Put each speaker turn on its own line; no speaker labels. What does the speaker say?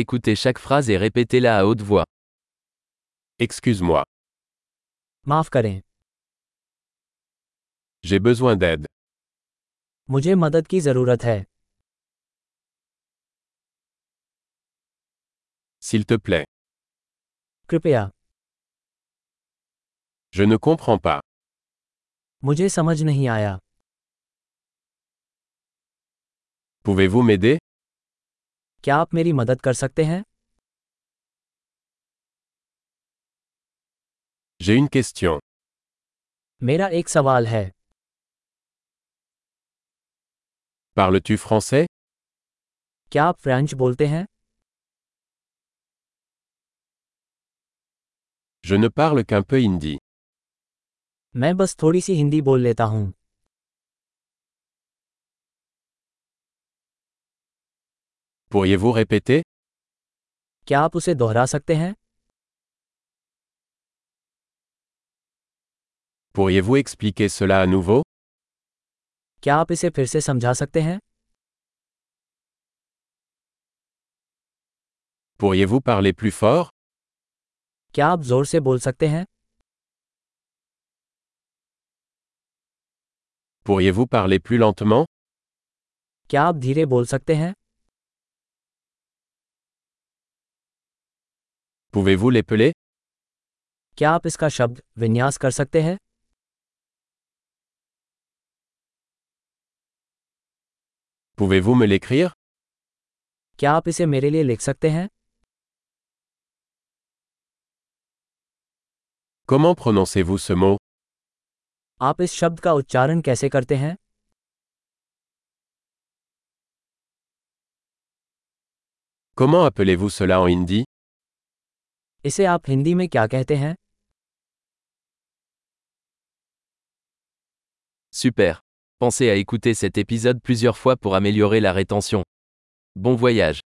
Écoutez chaque phrase et répétez-la à haute voix.
Excuse-moi,
माफ करें
j'ai besoin d'aide.
मुझे मदद की जरूरत है
S'il te plaît,
कृपया
je ne comprends pas.
मुझे समझ नहीं आया
Pouvez-vous m'aider
क्या आप मेरी मदद कर सकते हैं
J'ai une question.
मेरा एक सवाल है
Parles-tu français
क्या आप फ्रेंच बोलते हैं
Je ne parle qu'un peu hindi.
मैं बस थोड़ी सी हिंदी बोल लेता हूँ
Pourriez-vous répéter
क्या आप उसे दोहरा सकते हैं
Pourriez-vous expliquer cela à nouveau
क्या आप इसे फिर से समझा सकते हैं
Pourriez-vous parler plus fort
क्या आप जोर से बोल सकते हैं
Pourriez-vous parler plus lentement
क्या आप धीरे बोल सकते हैं
Pouvez-vous l'épeler
क्या आप इसका शब्द विन्यास कर सकते हैं
Pouvez-vous me l'écrire
क्या आप इसे मेरे लिए लिख सकते हैं
Comment prononcez-vous ce mot
आप इस शब्द का उच्चारण कैसे करते हैं
Comment appelez-vous cela en hindi
इसे आप हिंदी में क्या कहते हैं
Super. Pensez à écouter cet épisode plusieurs fois pour améliorer la rétention. Bon voyage.